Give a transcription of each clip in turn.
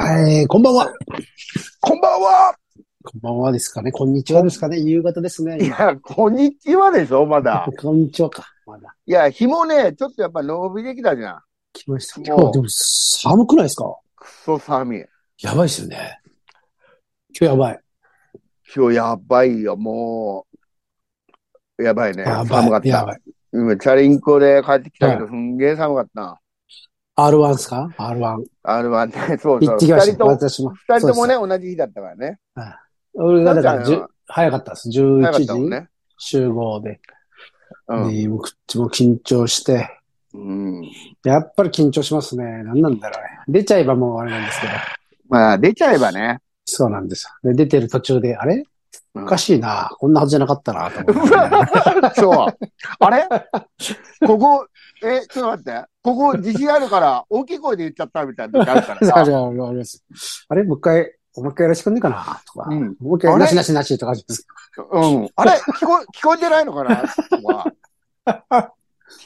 えー、こんばんは。こんばんはこんばんはですかね。こんにちはですかね。夕方ですいね。や、こんにちはでしょ、ま だ。こんにちはか。まだ。いや、日もね、ちょっとやっぱ伸びてきたじゃん。来ました。も今う日でも寒くないですかくそ寒い。やばいっすよね。今日やばい。今日やばいよ、もう。やばいね。やばい。寒かっやた。ばい。今、チャリンコで帰ってきたけはど、すんげえ寒かった。 R1 ですか ?R1。あれはね、 そうそ行う。ってきました。人とも、私も。二人そともうでね、同じ日だったからね。す。俺がだから、じゅなんか早かったです。早11かっ時たもんね。集合で。うん。で僕っちも緊張して。うん。やっぱり緊張しますね。何なんだろうね。出ちゃえばもうあれなんですけど。まあ、出ちゃえばね。そうなんですよ。で、出てる途中で、あれうんおかしいな。こんなはずじゃなかったな、と思って そう。あれここ、え、ちょっと待って。ここ自信あるから、大きい声で言っちゃったみたいな時あるか らあ さ。れあれあれですあれもう一回、もう一回よろしくねえかなとか。うんもう一回、あれなしなしなしとかです。うん。あれ聞こ聞こえてないのかなとか。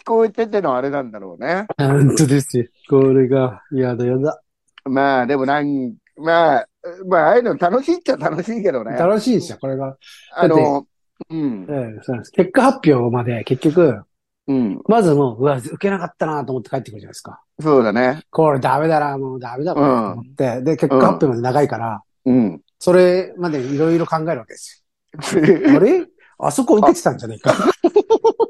聞こえててのあれなんだろうね。本当ですよ。これが、やだやだ。まあ、でもなん、まあ、まあ、ああいうの楽しいっちゃ楽しいけどね。楽しいですよ、これが。あの、うんえ。えそうなんです結果発表まで結局、うん。まずもう、うわ、受けなかったなと思って帰ってくるじゃないですか。そうだね。これダメだな、もうダメだなと思って。で、結果発表まで長いから、うん。 それまでいろいろ考えるわけですよ。あれあそこ受けてたんじゃねえか。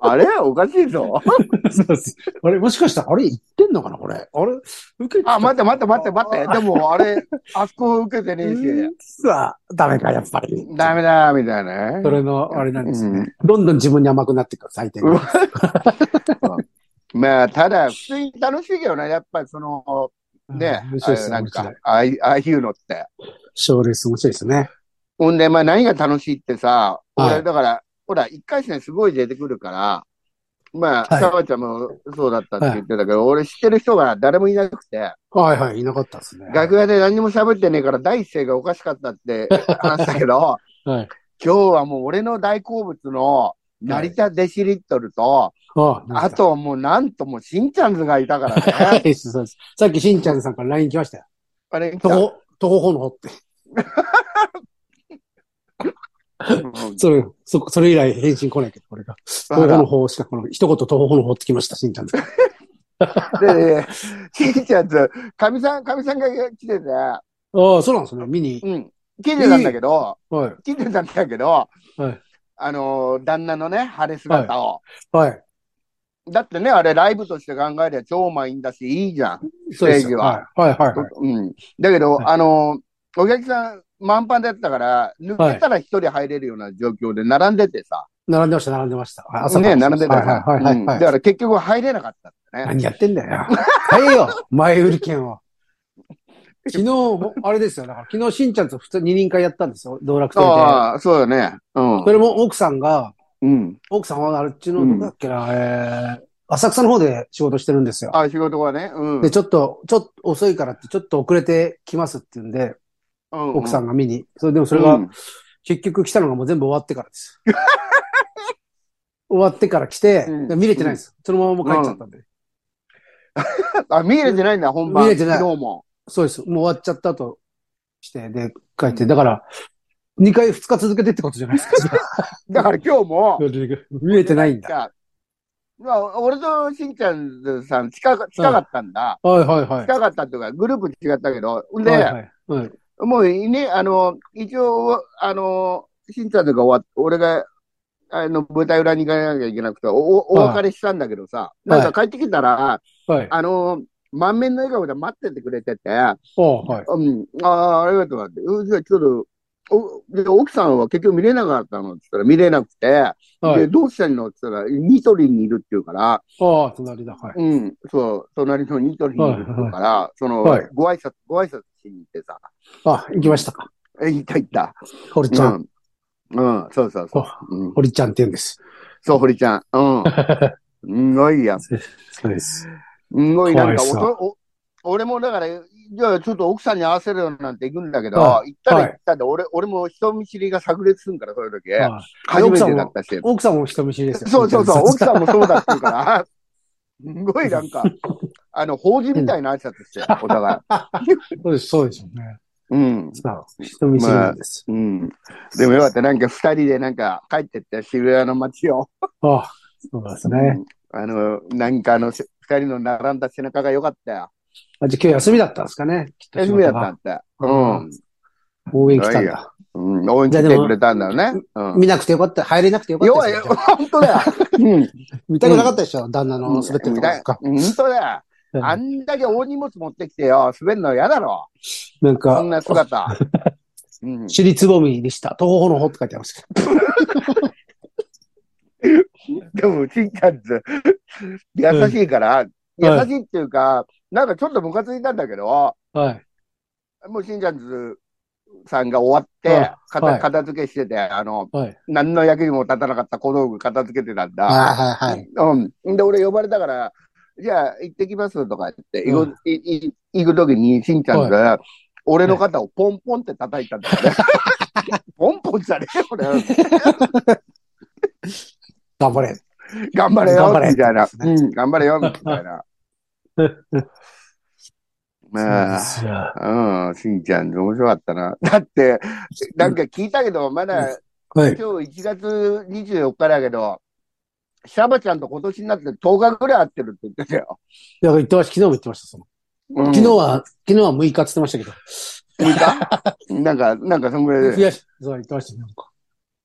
あれおかしいぞ。そうです。あれ、もしかしたら、あれ、言ってんのかなこれ。あれ、受けあ、待って待って待って待って。でも、あれ、あそこ受けてねえし、さあ、ダメか、やっぱり。ダメだ、みたいなね。それの、あれなんですよね。うどんどん自分に甘くなっていく、採点うが。わまあ、ただ、普通に楽しいけどね、やっぱりその、ねうん面、あ白いですね。なん面白かい。、ああいああいうのって。賞レース面白いですね。ほんで、まあ、何が楽しいってさ、はい俺、だから、ほら、一回戦すごい出てくるから、まあ、はい澤ちゃんもそうだったって言ってたけど、俺知ってる人が誰もいなくて、はいはい、いなかったですね。楽屋で何にも喋ってねえから第一声がおかしかったって話したけど、 はい。今日はもう俺の大好物の成田デシリットルと、ああ、あともうなんともしんちゃんズがいたかはらね。い、そうです。さっきしんちゃんさんから LINE 来ましたよ。あれ、とこ、とこほのほって。うんそれ、そ、それ以来返信来ないけど、これが。とこほのほしかこの、一言とこほのほってきました、しんちゃんさん。で、しんちゃんズ、かみさん、かみさんが来てて、ああ、そうなんですね。見に。うん、来てたんだけど、はい。来てたんだけど、はいあのー、旦那のね、晴れ姿を。はい。だってね、あれ、ライブとして考えりゃ超満員だし、いいじゃん。そうですステージよ。ははい。はいはいはい。うん。だけど、はいあの、お客さん、満帆だったから、抜けたら一人入れるような状況で並んでてさ。並んでました、並んでました。はいね、並んでたはかいはら。いはいはいうんはいだから結局入れなかったんだね。何やってんだ よ。買えよ、前売り券を。昨日、あれですよ。だから昨日、しんちゃんと普通二人会やったんですよ。道楽亭で。ああ、そうだね。うんそ。れも奥さんが、うん。奥さんはあっちの、どこだっけな、えー、浅草の方で仕事してるんですよ。あ仕事はね。うん。で、ちょっと、ちょっと遅いからって、ちょっと遅れてきますって言うんで、奥さうんが見に。それでもそれうがん、結局来たのがもう全部終わってから です。終わってから来て、うんで見れてないんです。そのままもう帰っちゃったんで。あ、見れてないんだ、本番。見れてない昨日も。そうです。もう終わっちゃったとして、で、書いて、だから、2回、2日続けてってことじゃないですか。 だから今日も。 見れてないんじだ。ゃあまあ、俺としんちゃんさん近か、近かったんだ。はいはいはい。近かったというか、グループ違ったけど。で、はいはいはい。もうね、あの、一応、あの、しんちゃんとか終わっ俺が、あの、舞台裏に行かなきゃいけなくて、お、おお別れしたんだけどさ、はいなんか帰ってきたら、はい。あの、満面の笑顔で待っててくれてて、おうはい。うん、ああ、ありがとうなって、うんじゃあちょっと、お、で、奥さんは結局見れなかったのって言ったら、見れなくて、はで、い。どうしたのって言ったら、ニトリにいるって言うから、ああ、隣だ。はい。うん、そう、隣のニトリにいるって言うから、その、はいご挨拶、ご挨拶しに行ってさ、あ、行きましたか。え、行った行った。堀ちゃん。うん。うん、そうそうそう。うん、堀ちゃんって言うんです。そう、堀ちゃん。 うん。すごいやん。すそうです。ごい、なんかかわいそうおお、俺もだから、じゃあちょっと奥さんに合わせるよなんて行くんだけど、は行ったらはい行ったで、俺、俺も人見知りが炸裂するから、そういう時。はい初めてだったし。奥さんも人見知りですよ。そうそうそう、奥ん。さんもそうだって言うから、 すんごいなんか、あの、法事みたいな挨拶 して、お互い。そうです、そうですよね。うん。さあ、人見知りなんです。うん。でもよかった。なんか二人でなんか帰ってって渋谷の街を。ああ、そうなんですね。うんあの、なんかあの、せ二人の並んだ背中が良かったよ。あ、じゃあ今日休みだったんですかね。きっと休みだったんだって。うん。応援来たんいやいだ。うん、応援来てくれたんだよね。うん。見なくてよかった。入れなくてよかっ要たはですよ。、本当だ よ。うん。見たくなかったでしょ、旦那の滑ってるとこだとか。本当だよ。あうんんだけ大荷物持ってきてよ、滑るの嫌だろ。なんそんか、な姿。 うん。尻つぼみでした。東方の方って書いてありますけど。でも、しんちゃんって、優しいから、優しいっていうか、なんかちょっとムカついたんだけど、はい。もうしんちゃんずさんが終わって、うん片はい片付けしてて、あの、はい。何の役にも立たなかった小道具片付けてたんだ。はいはいはい。うん。で、俺呼ばれたから、じゃあ行ってきますとか言って、うん行く、いい行く時にしんちゃんが、俺の肩をポンポンって叩いたんだよ ね。ポンポンじゃねえよ、俺。頑張れ。頑張れよ頑張、れみたいな。そううでん、頑張れよ、みたい な。まあ、そうなんですようん、しんちゃん、面白かったな。だって、なんか聞いたけど、まだ、はい。今日1月24日だけど、シャバちゃんと今年になって10日ぐらい会ってるって言ってたよ。だから言ってました。昨日も言ってました。そのうん昨日は、昨日は6日って言ってましたけど。見 たなんか、なんか、そんぐらい増で。やし、そう言ってましたね。なんか。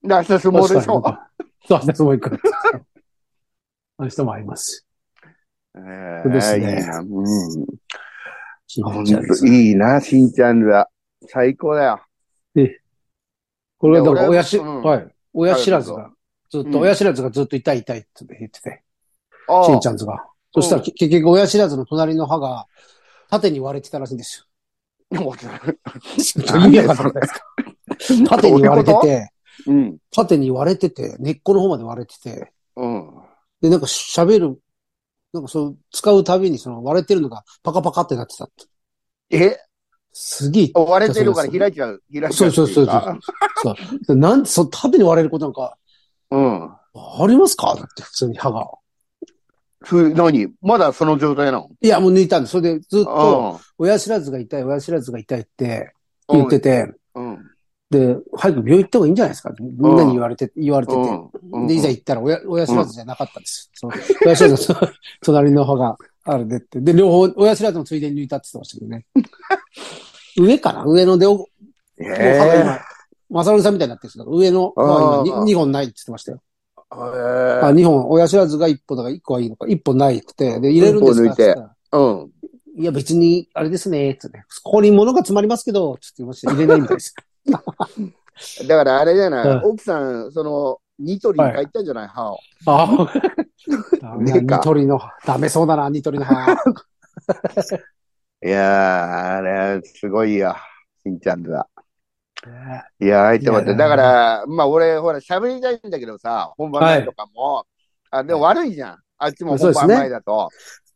で明日相撲でしょ確。かにそう、明日も行く。あの人もあります。えそうですねいいな、うん。しほんんちゃんですといいな、しんちゃんは。最高だよ。これはだから親し、いや俺はうんはい。親知らずはが、ずっうんと、親知らずがずっと痛い痛いって言ってて、ああしんちゃんズが。そしたらき結局親知らずの隣の歯が縦に割れてたらしいんですよ。ちょっと意味わかんないですか。縦に 割れてて、うん。縦に割れてて、根っこの方まで割れてて、うん。で、なんか喋る、なんかそう、使うたびにその割れてるのがパカパカってなってたって。えすげえ割れてるから開いちゃう。開いちゃう。そうそうそうそう。そう。なんで、そう、縦に割れることなんか、うん。ありますかだって普通に歯が。それ何まだその状態なのいや、もう抜いたんです。それでずっと、ああ親知らずが痛い、親知らずが痛いって言ってて、うん。で、早く病院行った方がいいんじゃないですかみんなに言われて、言われてて。うん。で、いざ行ったら親、親知らずじゃなかったんです。そう親知らずの そ隣の歯があるでって。で、両方、親知らずもついでに抜いたって言ってましたけどね。上かな上ので、おえもう歯が今え。、マサルさんみたいになってるんですけど、上の歯がああ今 2, 本ないって言ってましたよ。えあ、2本、親知らずが1本だから1個はいいのか、1本ないくて、で、入れるんですか一本抜っいてて言ったらえ。うん。いや、別に、あれですね、つってね。ここに物が詰まりますけど、つって言いました。入れないみたいで す。だからあれじゃなういん奥さん、その、ニトリに帰ったんじゃない歯を。あ あ。ねえかニトリの、ダメそうだな、ニトリの 歯。いやー、あれ、すごいよ。しんちゃんだ。いやー、ちょっと待っいて。やーだから、まあ俺、ほら、喋りたいんだけどさ、本番前とかも。あ、でも悪いじゃん。あっちも本番前だと。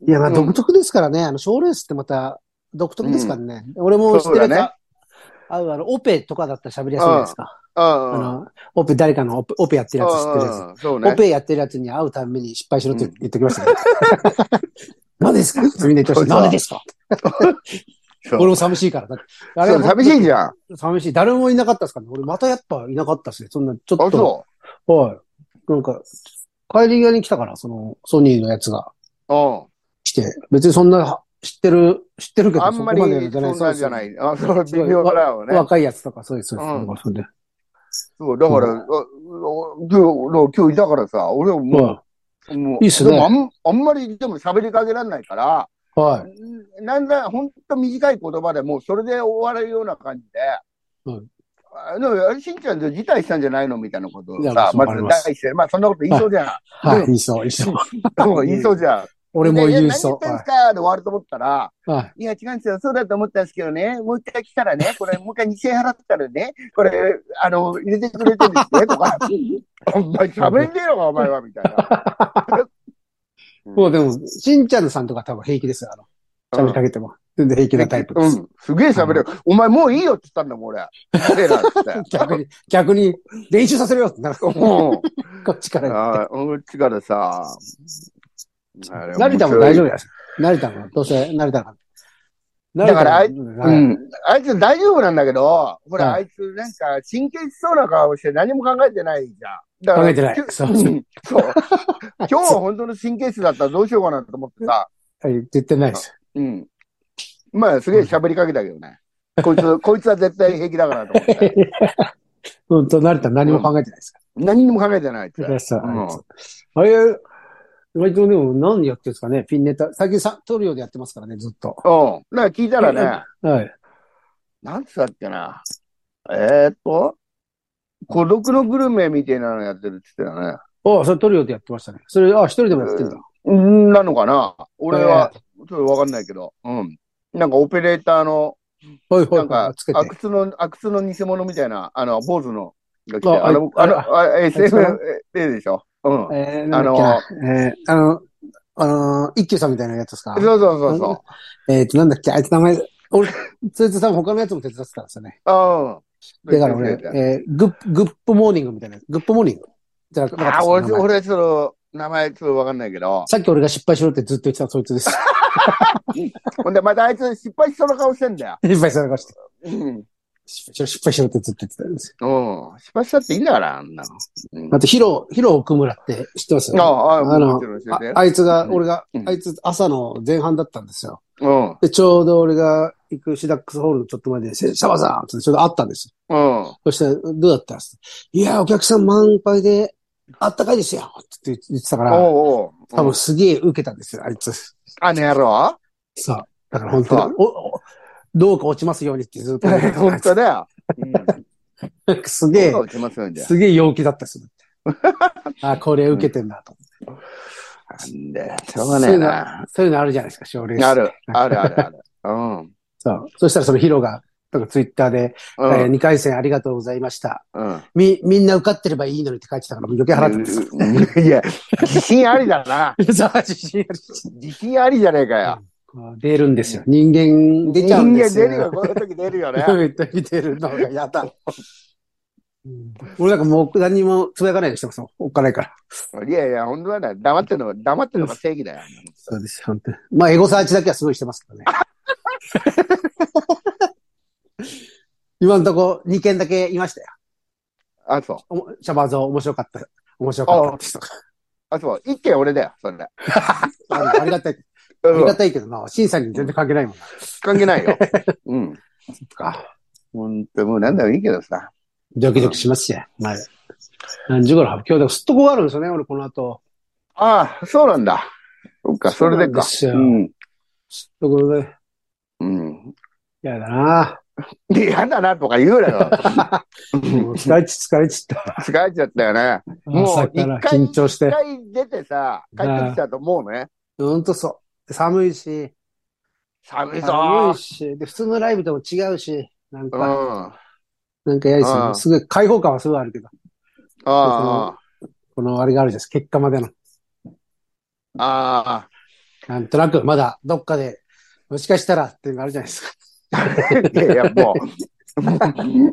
いや、まあ、うん独特ですからね。あの、賞レースってまた、独特ですからね。俺も知ってそうるだやねつ。あるあの、オペとかだったら喋りやすいじゃないですか。うんあうん。の、オペ、誰かのオペオペやってるやつ知ってるやつ。うんうんそうオね。ペやってるやつに会うために失敗しろって言ってきましたけど。 何ですかってみんな言ってました。そうそう何ですかそう俺も寂しいから。だってあそう寂しいじゃん。あ、寂しい。誰もいなかったですからね。俺またやっぱいなかったですね。そんな、ちょっと。そはい。なんか、帰り際に来たから、その、ソニーのやつがう。うん。来て、別にそんな、知ってる、知ってるけど、あんまりそこまでそんなんじゃなそうでい。あ、そう、微妙だよすね。若いやつとか、そうです、そうです。うんなんかそれでそう、だから、うあお今日、今日だからさ、俺はもはう、もういいっすねでもあんあんまり、でも喋りかけられないから、い。はい。なんだ、ほんと短い言葉でもうそれで終わるような感じで、うんあでもあれしんちゃんと辞退したんじゃないのみたいなことをいやさ、そうまあずります第一声、まあそんなこと言いそうじゃはい、いいそう、いいそう。ん。もう 言いそうじゃん。俺もでい言やうそ何う。言ったんではすかで終わると思ったら、い。はい。いや、違うんですよ。そうだと思ったんですけどね。もう一回来たらね、これ、もう一回2000円払ったらね、これ、あの、入れてくれてるんですね、とか。お前、喋んねえのか、お前は、みたいな。もうでも、しんちゃんさんとか多分平気ですよ。あの、喋りかけても。全然平気なタイプでうす。ん。すげえ喋れる。お前、もういいよって言ったんだもん、俺。せえなって。逆に、逆に、練習させるよってなる。もうこっちから言って。あー、うんうちからさ、あれ成田も大丈夫です。成田も、どうせ成田が。だからあい成田もうはいん。あいつ大丈夫なんだけど、ほら、はあいつなんか神経質そうな顔して何も考えてないじゃん。だから考えてないきゅそううんそう。 今日は本当の神経質だったらどうしようかなと思ってさ。はい、絶対ないです。うん。まあ、すげえ喋りかけたけ どね。こいつ、こいつは絶対平気だからと思って。本当成田何も考えてないですか何にも考えてないあいつら。だからさあいつあれ、割とでも何やってるんですかねピンネタ。最近さ、トリオでやってますからね、ずっと。うん。なんか聞いたらね、はい。なんつったっけな。えー、っと、孤独のグルメみたいなのやってるって言ってたよね。ああ、それトリオでやってましたね。それ、ああ、一人でもやってんだ。うんなのかな俺は、ちょっとわかんないけど。うん。なんかオペレーターの、はいはいなはんかい。つけ、て阿。久津の、阿久津の偽物みたいな、あの、坊主の、が来て、ああの、ああの、ああいつの SMA でしょうん。えー、あなんだっのけな。えー、あの、あの、一休さんみたいなやつですかそうそうそうそえっと、なんだっけあいつ名前、俺、そいつ多分他のやつも手伝ってたんですよね。う。うん。だから俺、えー、グッ、グップモーニングみたいなやつ。グップモーニングじゃなかったっあー、す俺、名前俺、ちょっと、名前ちょっとわかんないけ ど。さっき俺が失敗しろってずっと言ってたそいつです。 ほんで、またあいつ失敗しそうな顔してんだよ。失敗しろって。うん。失敗しろ、失敗しろってずっと言ってたんですうん。失敗したっていいんだから、あんなの。うんよ。あと、ヒロ、ヒロ奥村って知ってますああ、ああのもちろん教あえて。あいつが、俺がう、んあいつ朝の前半だったんですよ。うん。で、ちょうど俺が行くシダックスホールのちょっと前で、シャバさんってちょうど会ったんですよ。うそん。して、どうだったっすいや、お客さん満杯で、あったかいですよって言ってたから、おうおう。多うん分すげえ受けたんですよ、あいつ。あの野 郎さあ、だから本当に、お、おどうか落ちますようにってずっと言ってた。 本当だよ。なんかすうげん。えどう、落ちますよ、じゃすげえ陽気だったっす ね。あ、これ受けてんなと。あ。なんだよ。しょうがねえな。そういうのあるじゃないですか、賞レース。ある、あるあるある。うん。そう。そしたらそのヒロが、なんかツイッターで、えうーん。二回戦ありがとうございました。うん。み、みんな受かってればいいのにって書いてたから、余計払ってた。いや、自信ありだな。 そう自信ある自信ありじゃねえかよ。こう出るんですよ。人間出ちゃうん人で間す出よ。るよ、こういう時出るよね。 見てるのがやだ。うん俺なんかもう何にもつぶやかないようにしてますもん。おっかないから。いやいや、本当はね、黙ってるの、黙ってるのが正義だよ。そうです、本当に。まあ、エゴサーチだけはすごいしてますけどね。 今んとこ2件だけいましたよ。あ、そう。おもシャバーゾー面白かった。面白かったって人が。あ、そう。一件俺だよ、それで。あありがたい。ありうがん。たいけどな、審査に全然関係ないもんな。関係な いよ。うん。か本当もうなんでもいいけどさ。ドキドキしますよ。はい。何時頃発表だすっとこがあるんですよね、俺この後。ああ、そうなんだ。そっか、それでか。そううなんん。すよ。ところで、うん。嫌だな。嫌だなとか言う なよ。もう疲れち、疲れちった。疲れちゃったよね。もう朝から緊張し一て。回出てさ、帰ってきたと思うね。ほんとそう。寒いし。寒いぞ寒いし、で、普通のライブとも違うし、なんうん。か、あなんかやりうそんすごい開放感はすごいあるけど、あ、このあれがあるじゃないですか、結果までの。ああ。なんとなく、まだどっかで、もしかしたらっていうのがあるじゃないですか。いやいや、もう、もう、も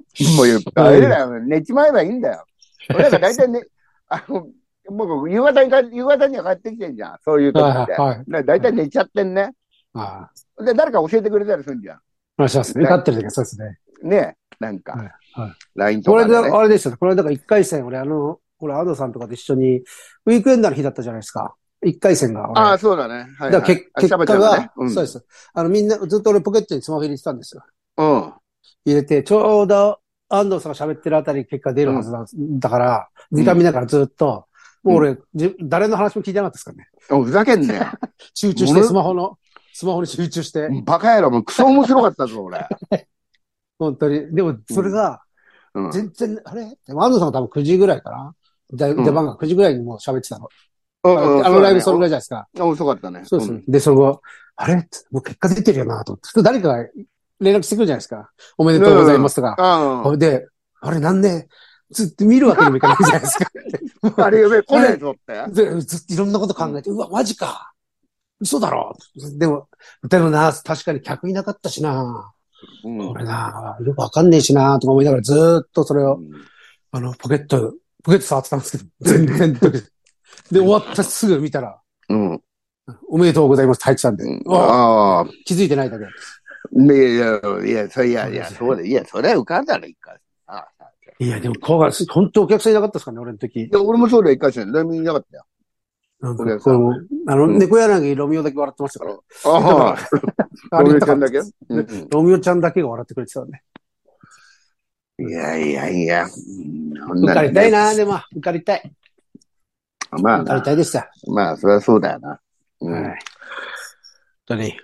う言った。あれだよ、寝ちまえばいいんだよ。俺なんか大体ね、あの、もう夕方に帰、夕方には帰ってきてんじゃん。そういう時はいっはてい。はい。だから大体寝ちゃってんね。あで、誰か教えてくれたりするんじゃあ、しますね。勝ってる時はそうですね。ん。ねなんか、はいはい LINE とこかれでで、ね、あれでしたね。これだから1回戦、俺あの、俺アドさんとかと一緒に、ウィークエンダーの日だったじゃないですか。1回戦が。俺ああ、そうだね。はい、はい。だから結結果が、うん、そうで。す。あの、みんな、ずっと俺ポケットにスマホ入れてたんですよ。うん。入れて、ちょうど安藤さんが喋ってるあたり結果出るはずだ,、だから、時間見ながらずっと、もう俺、じ誰の話も聞いてなかったですからね。おふざけん ね。集中しうて、んスマホの、スマホに集中して、バカ野郎、もうクソ面白かったぞ、俺。本当に。でも、それが、うん。うん。全然、あれでも安藤さんが多分9時ぐらいかなだいうん出番が9時ぐらいにもう喋ってたの。うんあのライブそれぐれ。らいじゃないですか。面白かったね。そうです、んで、その後、あれもう結果出てるよなと思って。普通誰かが連絡してくるじゃないですか。おめでとうございますとか。あで、あれなんで、ずっと見るわけにもいかないじゃないですか。 あ。あれやべえ、来ねえぞって。で、ずっといろんなこと考えて、うわ、マジか。嘘だろ。でも、でもな、確かに客いなかったしな。うん。俺な、よくわかんねえしな、とか思いながらずーっとそれを、あの、ポケット、ポケット触ってたんですけど、全然ドキドキ、で、終わったすぐ見たら、うん。おめでとうございますって入ってたんで。うわああ。気づいてないだけだっいやいや、いや、そいや、いや、そうだ、いや、それは受かんだろ、一回。ああた。いや、でも、怖がる。本当お客さんいなかったですかね、俺の時い。や、俺もそうだ、一回しか誰もいなかったよ。なんおか、客さこんの、あの、うん猫柳ロミオだけ笑ってましたから。ああ、あれ俺だちかゃらんだけうんロミオちゃんだけが笑ってくれてたんで。いやいやいや。そん受かなのねりたいな、でも、受かりたい。まあ受かりな、たいでした。まあ、そりゃそうだよな。うんはい。本当に。メ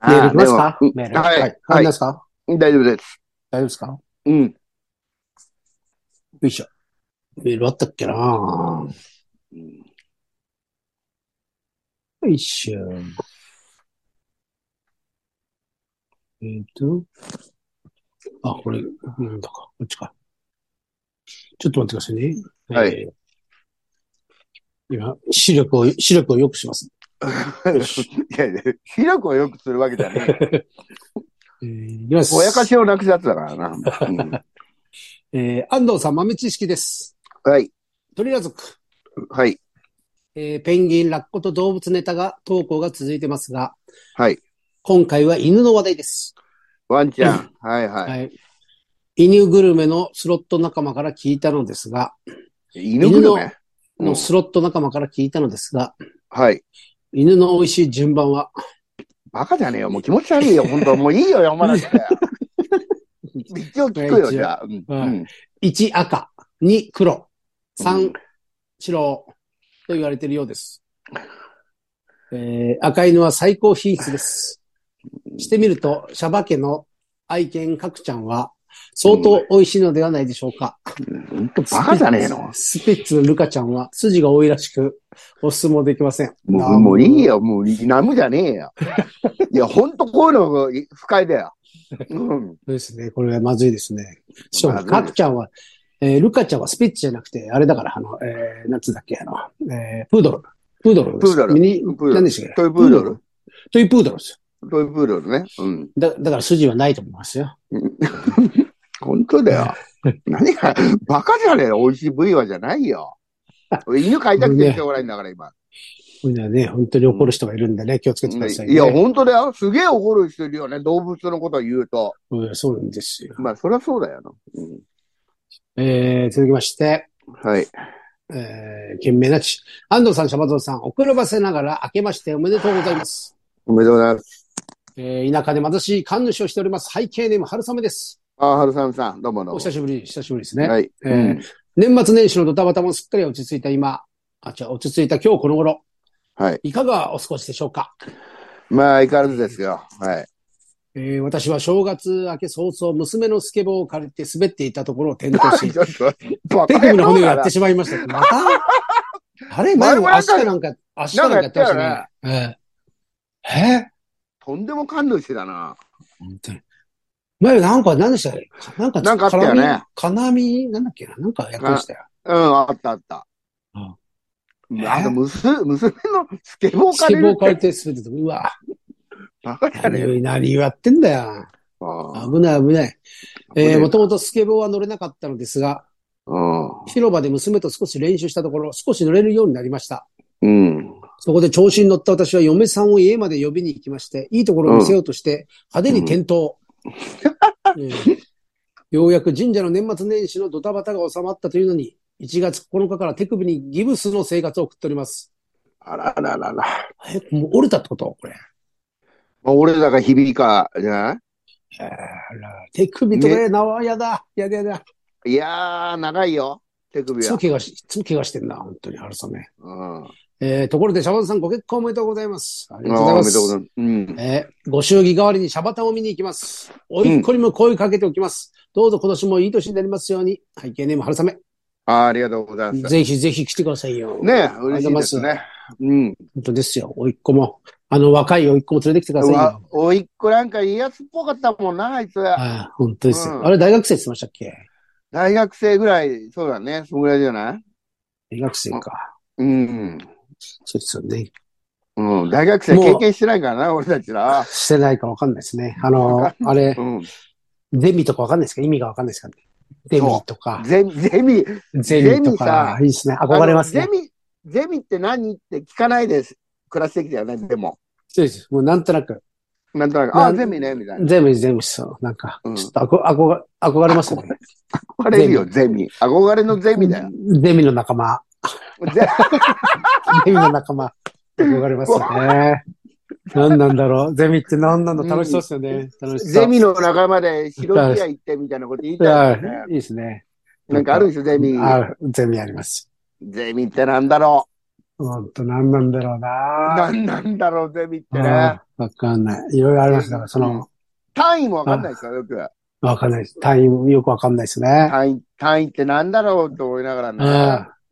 あールあ来ますかでもメーうんル。はいはい。あはりいますか大丈夫です。大丈夫ですかようん。いしょ。メールあったっけなようんいしょ。えっ、と。あ、これ、なんだか、こっちか。ちょっと待ってくださいね。はいえー今、視力を、視力を良くします。いやいや、視力を良くするわけじゃねえよ。えー、いきます。おやかしをなくすやつだからな。うんえー、安藤さん、豆知識です。はい、鳥ラ族。はい、えーペンギン、ラッコと動物ネタが、投稿が続いてますが、はい。今回は犬の話題です。ワンちゃん。はいははい。犬グルメのスロット仲間から聞いたのですが、い。犬グルメ。うのんスロット仲間から聞いたのですが、はい。犬の美味しい順番は、バカじゃねえよ。もう気持ち悪いよ。本当もういいよ、読まなくて。一応聞くよ、じゃあ。うんはいうん1赤、2黒、3白と言われているようです。えー赤犬は最高品質です。してみると、シャバ家の愛犬カクちゃんは相当美味しいのではないでしょうか。本当バカじゃねえの。スピッツのルカちゃんは筋が多いらしく、おすすめもできません。もう、もういいよ。もう、ナムじゃねえよ。いや、本当こういうのが不快だよ。うん。そうですね。これはまずいですね。しかまも、ずいカクちゃんは、えールカちゃんはスピッツじゃなくて、あれだから、あの、えー、なんつうんだっけ、あの、えー、プードル。プードルです。プードルミニプードル何でしたっけトイプードル。トイプードルです。トイプードルね。うん。だだから筋はないと思いますよ。本当だよ。何が、バカじゃねえよ。美味しい部位はじゃないよ。俺犬飼いたくてしょうがないんだから、今。これはね、本当に怒る人がいるんでね、気をつけてください、ね。いや、本当だよ。すげえ怒る人いるよね。動物のことを言うと。うんそうなんですよ。まあ、そりゃそうだよな。うんえー、続きまして、はい。えー、懸命なち。安藤さん、シャバゾウさん、遅ればせながら明けましておめでとうございます。おめでとうございます。えー、田舎で貧しい神主をしております。背景ネーム、春雨です。あ、はるさんさん、どうもどおうも。久しぶり、久しぶりですね。はい。えーうん年末年始のドタバタもすっかり落ち着いた今、あ、違う、落ち着いた今日この頃、はい。いかがお過ごしでしょうか、まあ、相変わらずですよ。はい。えー私は正月明け早々、娘のスケボーを借りて滑っていたところを転倒し ち、ょっと、バ手カ首野の郎骨をだやっなて。しまいました。またあれ前前ももなん足かかなんか、足かなんかやってましたね。えー、えとんでも感動してたーな。本当に。前なんか何でしたっけなんか、なんかあったよね金網、なんだっけななんかやってましたよ。うん、あったあった。うんうんあと、むす、娘のスケボース借ケりボるー借っりて、て滑ってた。うわ、バカじゃねえよ。何何やってんだよ。あ危ない危ない。えー、もーともとスケボーは乗れなかったのですが、うん広場で娘と少し練習したところ、少し乗れるようになりました。うん。そこで調子に乗った私は嫁さんを家まで呼びに行きまして、いいところを見せようとして、派手に転倒。えーようやく神社の年末年始のドタバタが収まったというのに、1月9日から手首にギブスの生活を送っております。あらららら。え、もう折れたってことこれ。俺だから響いか、じゃなあら手首とね、なわ、やだ、やだやだ。いいやー、長いよ。手い首つもは。怪我し、いつも怪我してんな、本当に、春雨。うん。あえー、ところで、シャバンさんご結婚おめでとうございます。ありがとうございーおまめでとうござす。います。うん。えー、ご祝儀代わりにシャバタンを見に行きます。おいっ子にも声かけておきます。どうぞ今年もいい年になりますように。背景ネーム春雨。あーありがとうございます。ぜひぜひ来てくださいよ。ありね嬉しいですがとうございます。ね。うん。本当ですよ。おいっ子も。あの、若いおいっ子も連れてきてくださいわよ。おいっ子なんかいいやつっぽかったもんな、あいつ。あー本当ですよ、うんあれ大学生って言ってましたっけ大学生ぐらい、そうだね、そのぐらいじゃない大学生か。うん。そうですよね。うん。大学生もう経験してないからな、俺たちら。してないかわかんないですね。あの、あれう、ん。ゼミとかわかんないですか意味がわかんないですかね。ゼミとか、ゼミ、ゼミ、ゼミとゼミさか、いいですね。憧れますねあ。のゼミ、ゼミって何って聞かないです。暮らしてきたよね、でも。そうです。もうなんとなく、なんとなく、なあんあ、ゼミね、みたいな。全部全部そう。なんか、うんちょっとあこ、あこが、憧れましたね。憧れるよ、ゼミ。憧れのゼミだよ。ゼミの仲 間。ゼゼミの仲間。憧れますよね。何なんだろう。ゼミって何なんだ楽しそうですよね。楽しそう。ゼミの仲間で白木屋行ってみたいなこと言いたいよねはい。いいですね。なんかあるでしょ、ゼミ。あゼミあります。ゼミってなんだろほんと何なんだろうう。ななんなんだろう、ゼミってうんね。わかんない。いろいろありますだから、その、単位もわかんないですよ、よく。わかんないです。単位もよくわかんないですね。単位、単位ってなんだろうと思いながらうん。ね。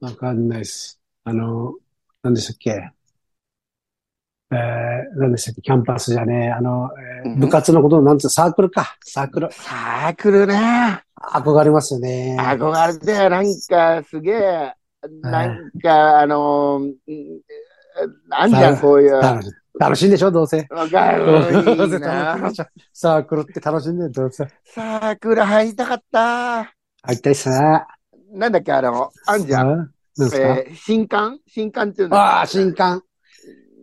わかんないです。あの、何でしたっけえー、何でしたっけキャンパスじゃねえ。あの、えーうん部活のことの、なんつう、サークルか。サークル。サークルね。憧れますよね。憧れだよ、なんか、すげえ。なんか、あのー、うんあんじゃん、さこういう。楽しい楽しいんでしょどうせ。わかるどういせ楽しいいなでしょサークルって楽しんでるどうせ。サークル入りたかった。入りたいっすね。なんだっけ、あの、あんじゃん。うん何ですかえー新刊新刊っていうのああ、新刊。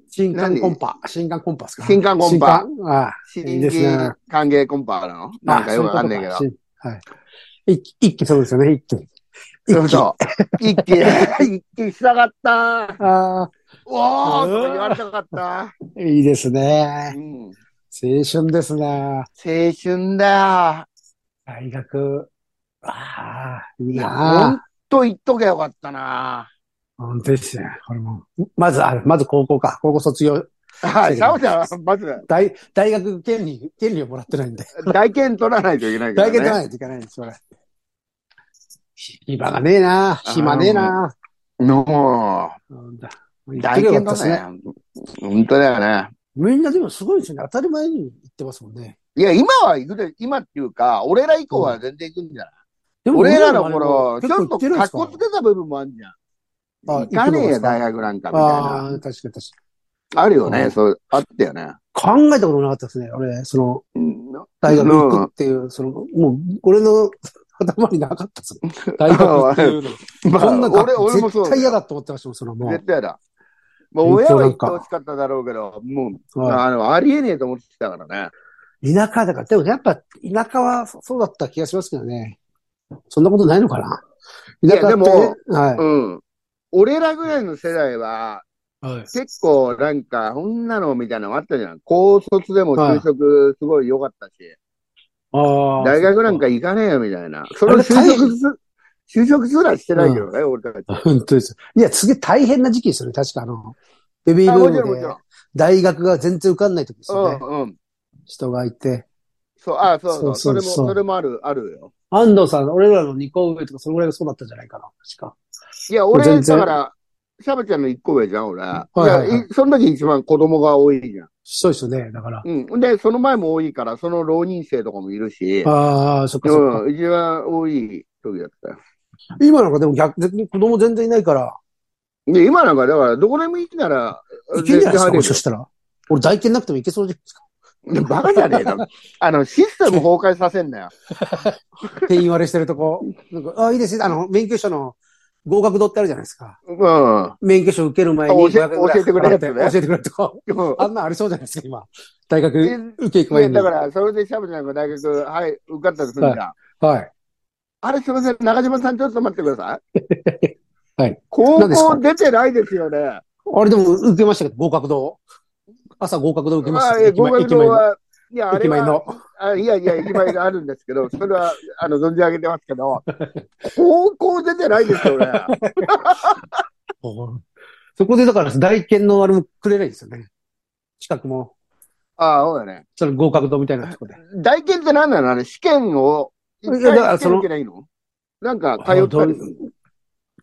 新刊何コンパ。新刊コンパですか新刊コンパ。新刊ああ、新いいですね人歓迎コンパなのなんかよくわかんないけどあ。そういうことか新はい。一期、一期そうですよね、一期。そうそう。一気、一気したかった。あおうわーとか言われたかった。あ、いいですねう。ん、青青春ですね。春だよ。大学。ああ、いいいや、なほんと言っとけばよかったな。本当ですね。これも。まず、あまず高校か。高校卒業。はい、シャオちゃんは、まず、大、大学権利、権利をもらってないんで。大券取らないといけないけど、大学ね。取らないといけないんです、それ。暇がねえな。暇ねえな。のうんだう、言っ大てくれ券ばよかったで取らすね。ない。本当だよね。みんなでもすごいですね。当たり前に言ってますもんね。いや、今は行くで、今っていうか、俺ら以降は全然行くんじゃない、で俺らの頃、ち結ょ構言っとてるんです格か好つけた部分もあるじゃん。あ行かねえ行くのがですよ、か大学なんかみたいな。ああ、確かに確かに。あるよね、うんそう、あったよね。考えたことなかったですね。俺、その、うん大学行くっていう、その、もう、俺の 頭になか ったですね。大学っていうの。まこんなあ、俺、俺もの、そう絶だ対嫌よ。だと思ってましたもん、そのも絶う。対嫌だ。まあ、勉親強はな言っんてかほしかっただろうけど、もう、はいあの、ありえねえと思ってたからね。田舎だから、でもやっぱ田舎はそうだった気がしますけどね。そんなことないのかな田舎って、いやでもはうん。俺らぐらいの世代は、い。はい。結構なんか、こんなのみたいなのあったじゃん。高卒でも就職すごい良かったし、ああ。大学なんか行かねえよみたいな。そあのれ就職す、就職すらしてないけどね、俺たち。本当です。いや、すげえ大変な時期ですよね。確かあの、ベビーあブもーちろムん、もちでろん。大学が全然受かんない時ですよね。うん、うん。人がいて。そう、あそうそう。そそうそうれそうも、それもある、あるよ。安藤さん、俺らの2校上とかそのぐらいがそうだったんじゃないかな。確か。いや、俺、全だ然から、シャバちゃんの一個上じゃん、俺。いはいはいやその時一番子供が多いじゃん。そうですよね。だから。うん。で、その前も多いから、その浪人生とかもいるし、ああ、そっかそっか。うん、一番多い時だったよ。今なんかでも逆逆に子供全然いないから、で、今なんか、だから、どこでもいいなら、いけんじゃないですか、全然入れるもしかしたら。俺、大研なくてもいけそうじゃないですか。 でバカじゃねえだ あの、システム崩壊させんなよ。店員割れしてるとこ。なんか、あ、いいですね。あの、免許証の合格度ってあるじゃないですか。うん。教免許証受ける前にあ教500え円ぐらい教えてくれるやつね払 って教えてくれるとこ。あんなんありそうじゃないですか、今。大学え受け行く前でに。だから、それでシャバちゃんが大学、はい、受かったとするじゃん。はい。あれ、すみません、中島さん、ちょっと待ってくださ い。はい。高何ですか校出てないですよね。あれでも受けましたけど、合格度。朝合格度受けましまたあ、けえど。合格駅前堂は、いや、あ駅れ前は、の。あいやいや、駅前があるんですけ ど、それは、あの、存じ上げてますけど、高校出てないです よね。そこでだから、大研のあれもくれないんですよね。資格も。ああ、そうだね。その合格度みたいなとこで。大検って何なのあれ、試験を、一いやだか回ら試験受けないのなんか、通ったりする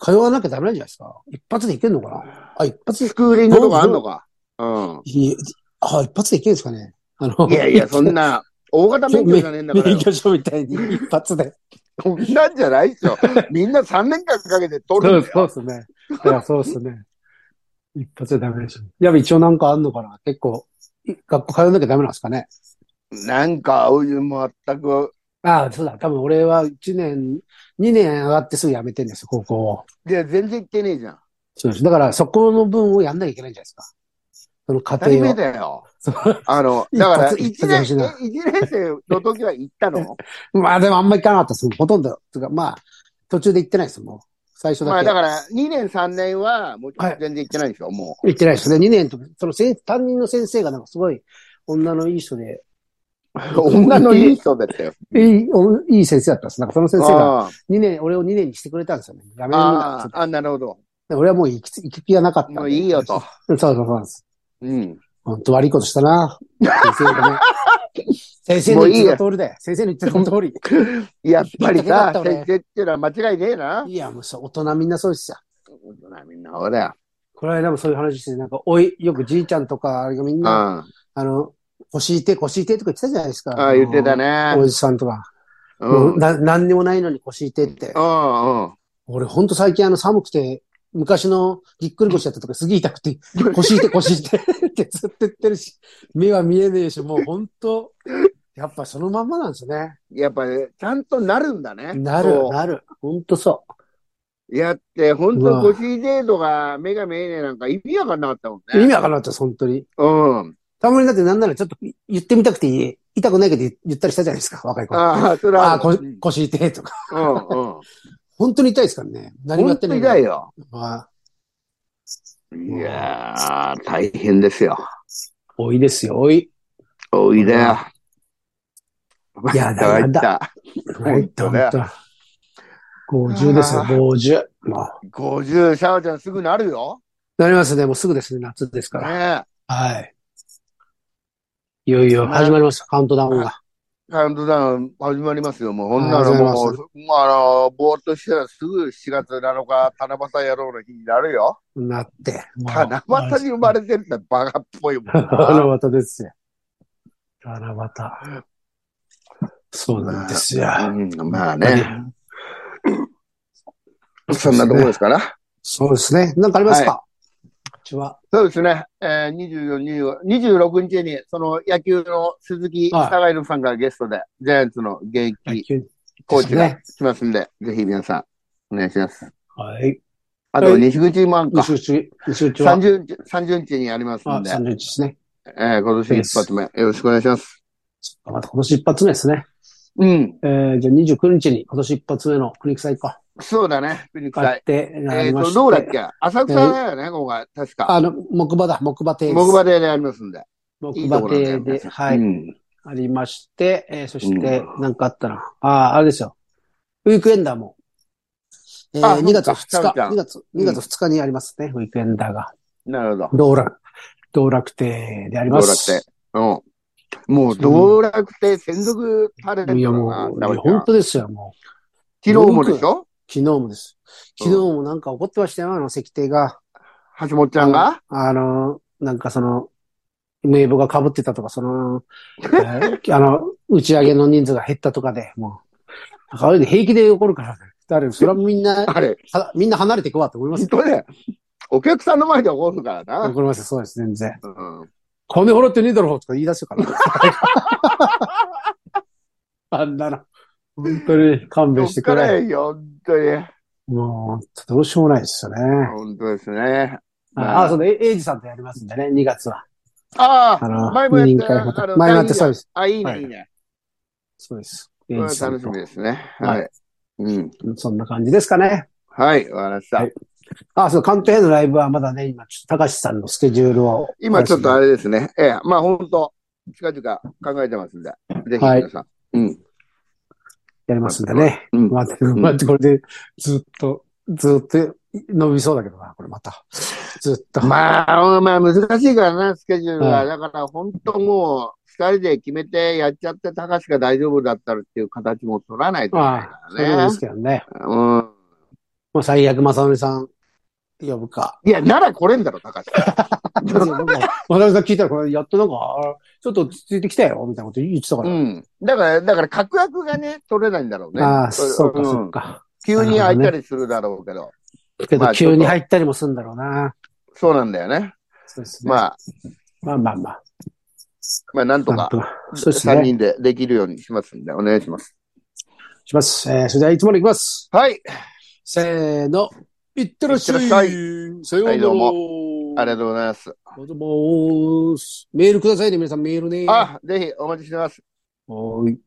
通わなきゃダメなんじゃないですか。一発でいけるのかなあ、一発でスクーリングとかあんのか。ういえあ、一発でいけるんですかね。あのん。いやいや、そんな、大型免許じゃねえんだから免よ。許証みたいに一発で。そんなんじゃないっすよ。みんな3年間かけて取るんだよ。うですね。いや、そうですね。一発でダメでしょ。いや、一応なんかあんのかな結構、い学校通わなきゃダメなんですかね。なんか、おい全く、ああ、そうだ。多分俺は1年、2年上がってすぐ辞めてんですよ、高校を。いや、全然行ってねえじゃん。そうです。だから、そこの分をやんなきゃいけないんじゃないですか。その過当た程り前を。だよ。あの、だから、一発一一発年、欲しいなえ一年生の時は行った のまあでもあんまり行かなかったです。ほとんど。とか、まあ、途中で行ってないです。もう。最初だけ。まあだから、2年3年は、もうはい全然行ってないでしょ、 も行ってないですね。2年と、その先担任の先生がなんかすごい女のいい人で、う。女のいい人だったよ。いい、おいい先生だったんです。なんかその先生があ2年、俺を2年にしてくれたんですよね。やあめるなあ。あ、あなるほど。で俺はもう行きつ、行きピアなかったんで。もういいよと。そうそうそうなんです。うん。本当悪いことしたな。先生 がね。先生の言ってた通りだよ。先生の言ってた通 り。やっぱり行きたかさっ、た俺先生っていうのは間違いねえな。いや、もうそう、大人みんなそうですよ。みんな、俺だこの間もそういう話して、なんか、おい、よくじいちゃんとか、あれがみんうん。な、ああの、腰痛い、腰痛いとか言ってたじゃないですか。あ、言ってたあねの。おじさんとか。うん。うん。な何にもないのに腰痛いってう。ん。俺ほんと最近あの寒くて、昔のぎっくり腰だったとかすげえ痛くて、腰痛い腰痛いってずっと言ってるし、目は見えねえし、もうほんと、やっぱそのまんまなんですよね。やっぱ、ね、ちゃんとなるんだね。なそる、うなる。ほんとそやって、本うわ当腰程度が目が見えねえなんか意味わかんなかったもんう。意ね。味わからなかったです、ほんとに。うん。たまにだってなんならちょっと言ってみたくて痛くないけど言ったりしたじゃないですか、若い子。あああ、それは。あー、うこん腰痛いとか。うん。本当に痛いですからね。何もや本って当ないにだよ。まあ、いやー、大変ですよ。多いですよ、多い。おいでよ。いやだ参った。ほんと、ほんと。50ですよ、あ50。まあ。 50、シャワちゃんすぐなるよ。なりますね。もうすぐですね。夏ですから。ねはい。いよいよ始まりました。カウントダウンが。え。カウントダウン始まりますよ。もう、こんなあのりがとうもごう、もうあの、ぼーっとしてたらすぐ7月7日、七夕野郎の日になるよ。なって。七夕に生まれてるってバカっぽいもんた。な。 七夕ですよ。七夕。そうなんですよ。うん、ま あね。そんなところですかな。そうですね。なんかありますか、こっちは。そうですね。えー、24、25 26日に、その野球の鈴木はいサガイルさんがゲストで、ジャイアンツの現野役球コーチがで来ますんで、ぜひ皆さん、お願いします。はい。あはと、い西口マンか。西中、西中は。 30日、30日にありますあ、んで、 30日ですね。えー、今年一発目、よろしくお願いします。また今年一発目ですね。うん。えー、じゃあ29日に今年一発目の国際か。そうだね、国買際っ。てなえりっ、まと、してどうだっけ浅草だよね、ここが、確か。あの、木馬だ、木馬亭です。木馬亭でありますんで。木いいと馬ころ亭なんだよで、ね。はい、うん。ありまして、えーそして、うなんかあったな。ああ、あれですよ。ウィークエンダーも。えあー、2月そうか2ちゃ日、ん2月、2月2日にありますね、ウィークエンダーが。なるほど。道楽、道楽亭でありま道す。楽亭。うん。もう道楽亭専属タレントだいやなも、う、ダメだ本当ですよ、もう。昨日もでしょ昨日もです。昨日もなんか怒ってましたよ、あの、石亭が。橋本ちゃんがあの、なんかその、名簿が被ってたとか、その、えー あの、打ち上げの人数が減ったとかで、もう、なんか平気で怒るからね。誰、それはみんな、あれ、はみんな離れていくわと思います本よ。当ね。お客さんの前で怒るからな。怒りますよそうです、全然。うん。金払ってねえだろとか言い出すから。 あんなの。本当に勘ど弁っしてかくられ。よ、本当に。もう、どうしようもないですよね。本当ですね。あ、あそうだ、えエイジさんとやりますんでね、2月は。ああのあ、前もやっ二て人会またあの前もやってそうです。あ、いいはね、いいいね。そうです。こエれイはジさん楽しとみ。ですね。はいはい。うん。そんな感じですかね。はい、わかりましたはい。あ、そう、関東へのライブはまだね、今、ちょっと高橋さんのスケジュールを。今ちょっとあれですね。ええ、まあ本当近々考えてますんで、ぜひ皆さん。うん。やりますんでね。うん。待って、待って、これで、ずっと、ずっと伸びそうだけどな、これまた。ずっと。まあ、まあ、難しいからな、スケジュールが。はいだから、本当もう、二人で決めてやっちゃって、高橋が大丈夫だったらっていう形も取らないといけないあかそれでもいいらでねす。けどね。うん。もう最悪、正則さん、呼ぶ か。いや、なら来れんだろ、高橋。正 則さん聞いたら、これ、やっとなんか、あちょっと落ち着いてきたよ、みたいなこと言ってたかうら。ん。だから、だから、確約がね、取れないんだろうね。ああ、そうか、んそうか。急に開いたりするだろうけど。けまど、あちょっと急に入ったりもするんだろうな。そうなんだよね。そうですね。まあまあ、まあまあ。まあ、なんとなんかと、かそうです三ね。人でできるようにしますんで、お願いします。します。えーそれではいつものいきます。はい。せーの。いってらっしゃい。いってらっしさようなはら。いどうありがとうございます。どうも。メールくださいね、皆さん。メールね。あ、ぜひお待ちしてます。はーい。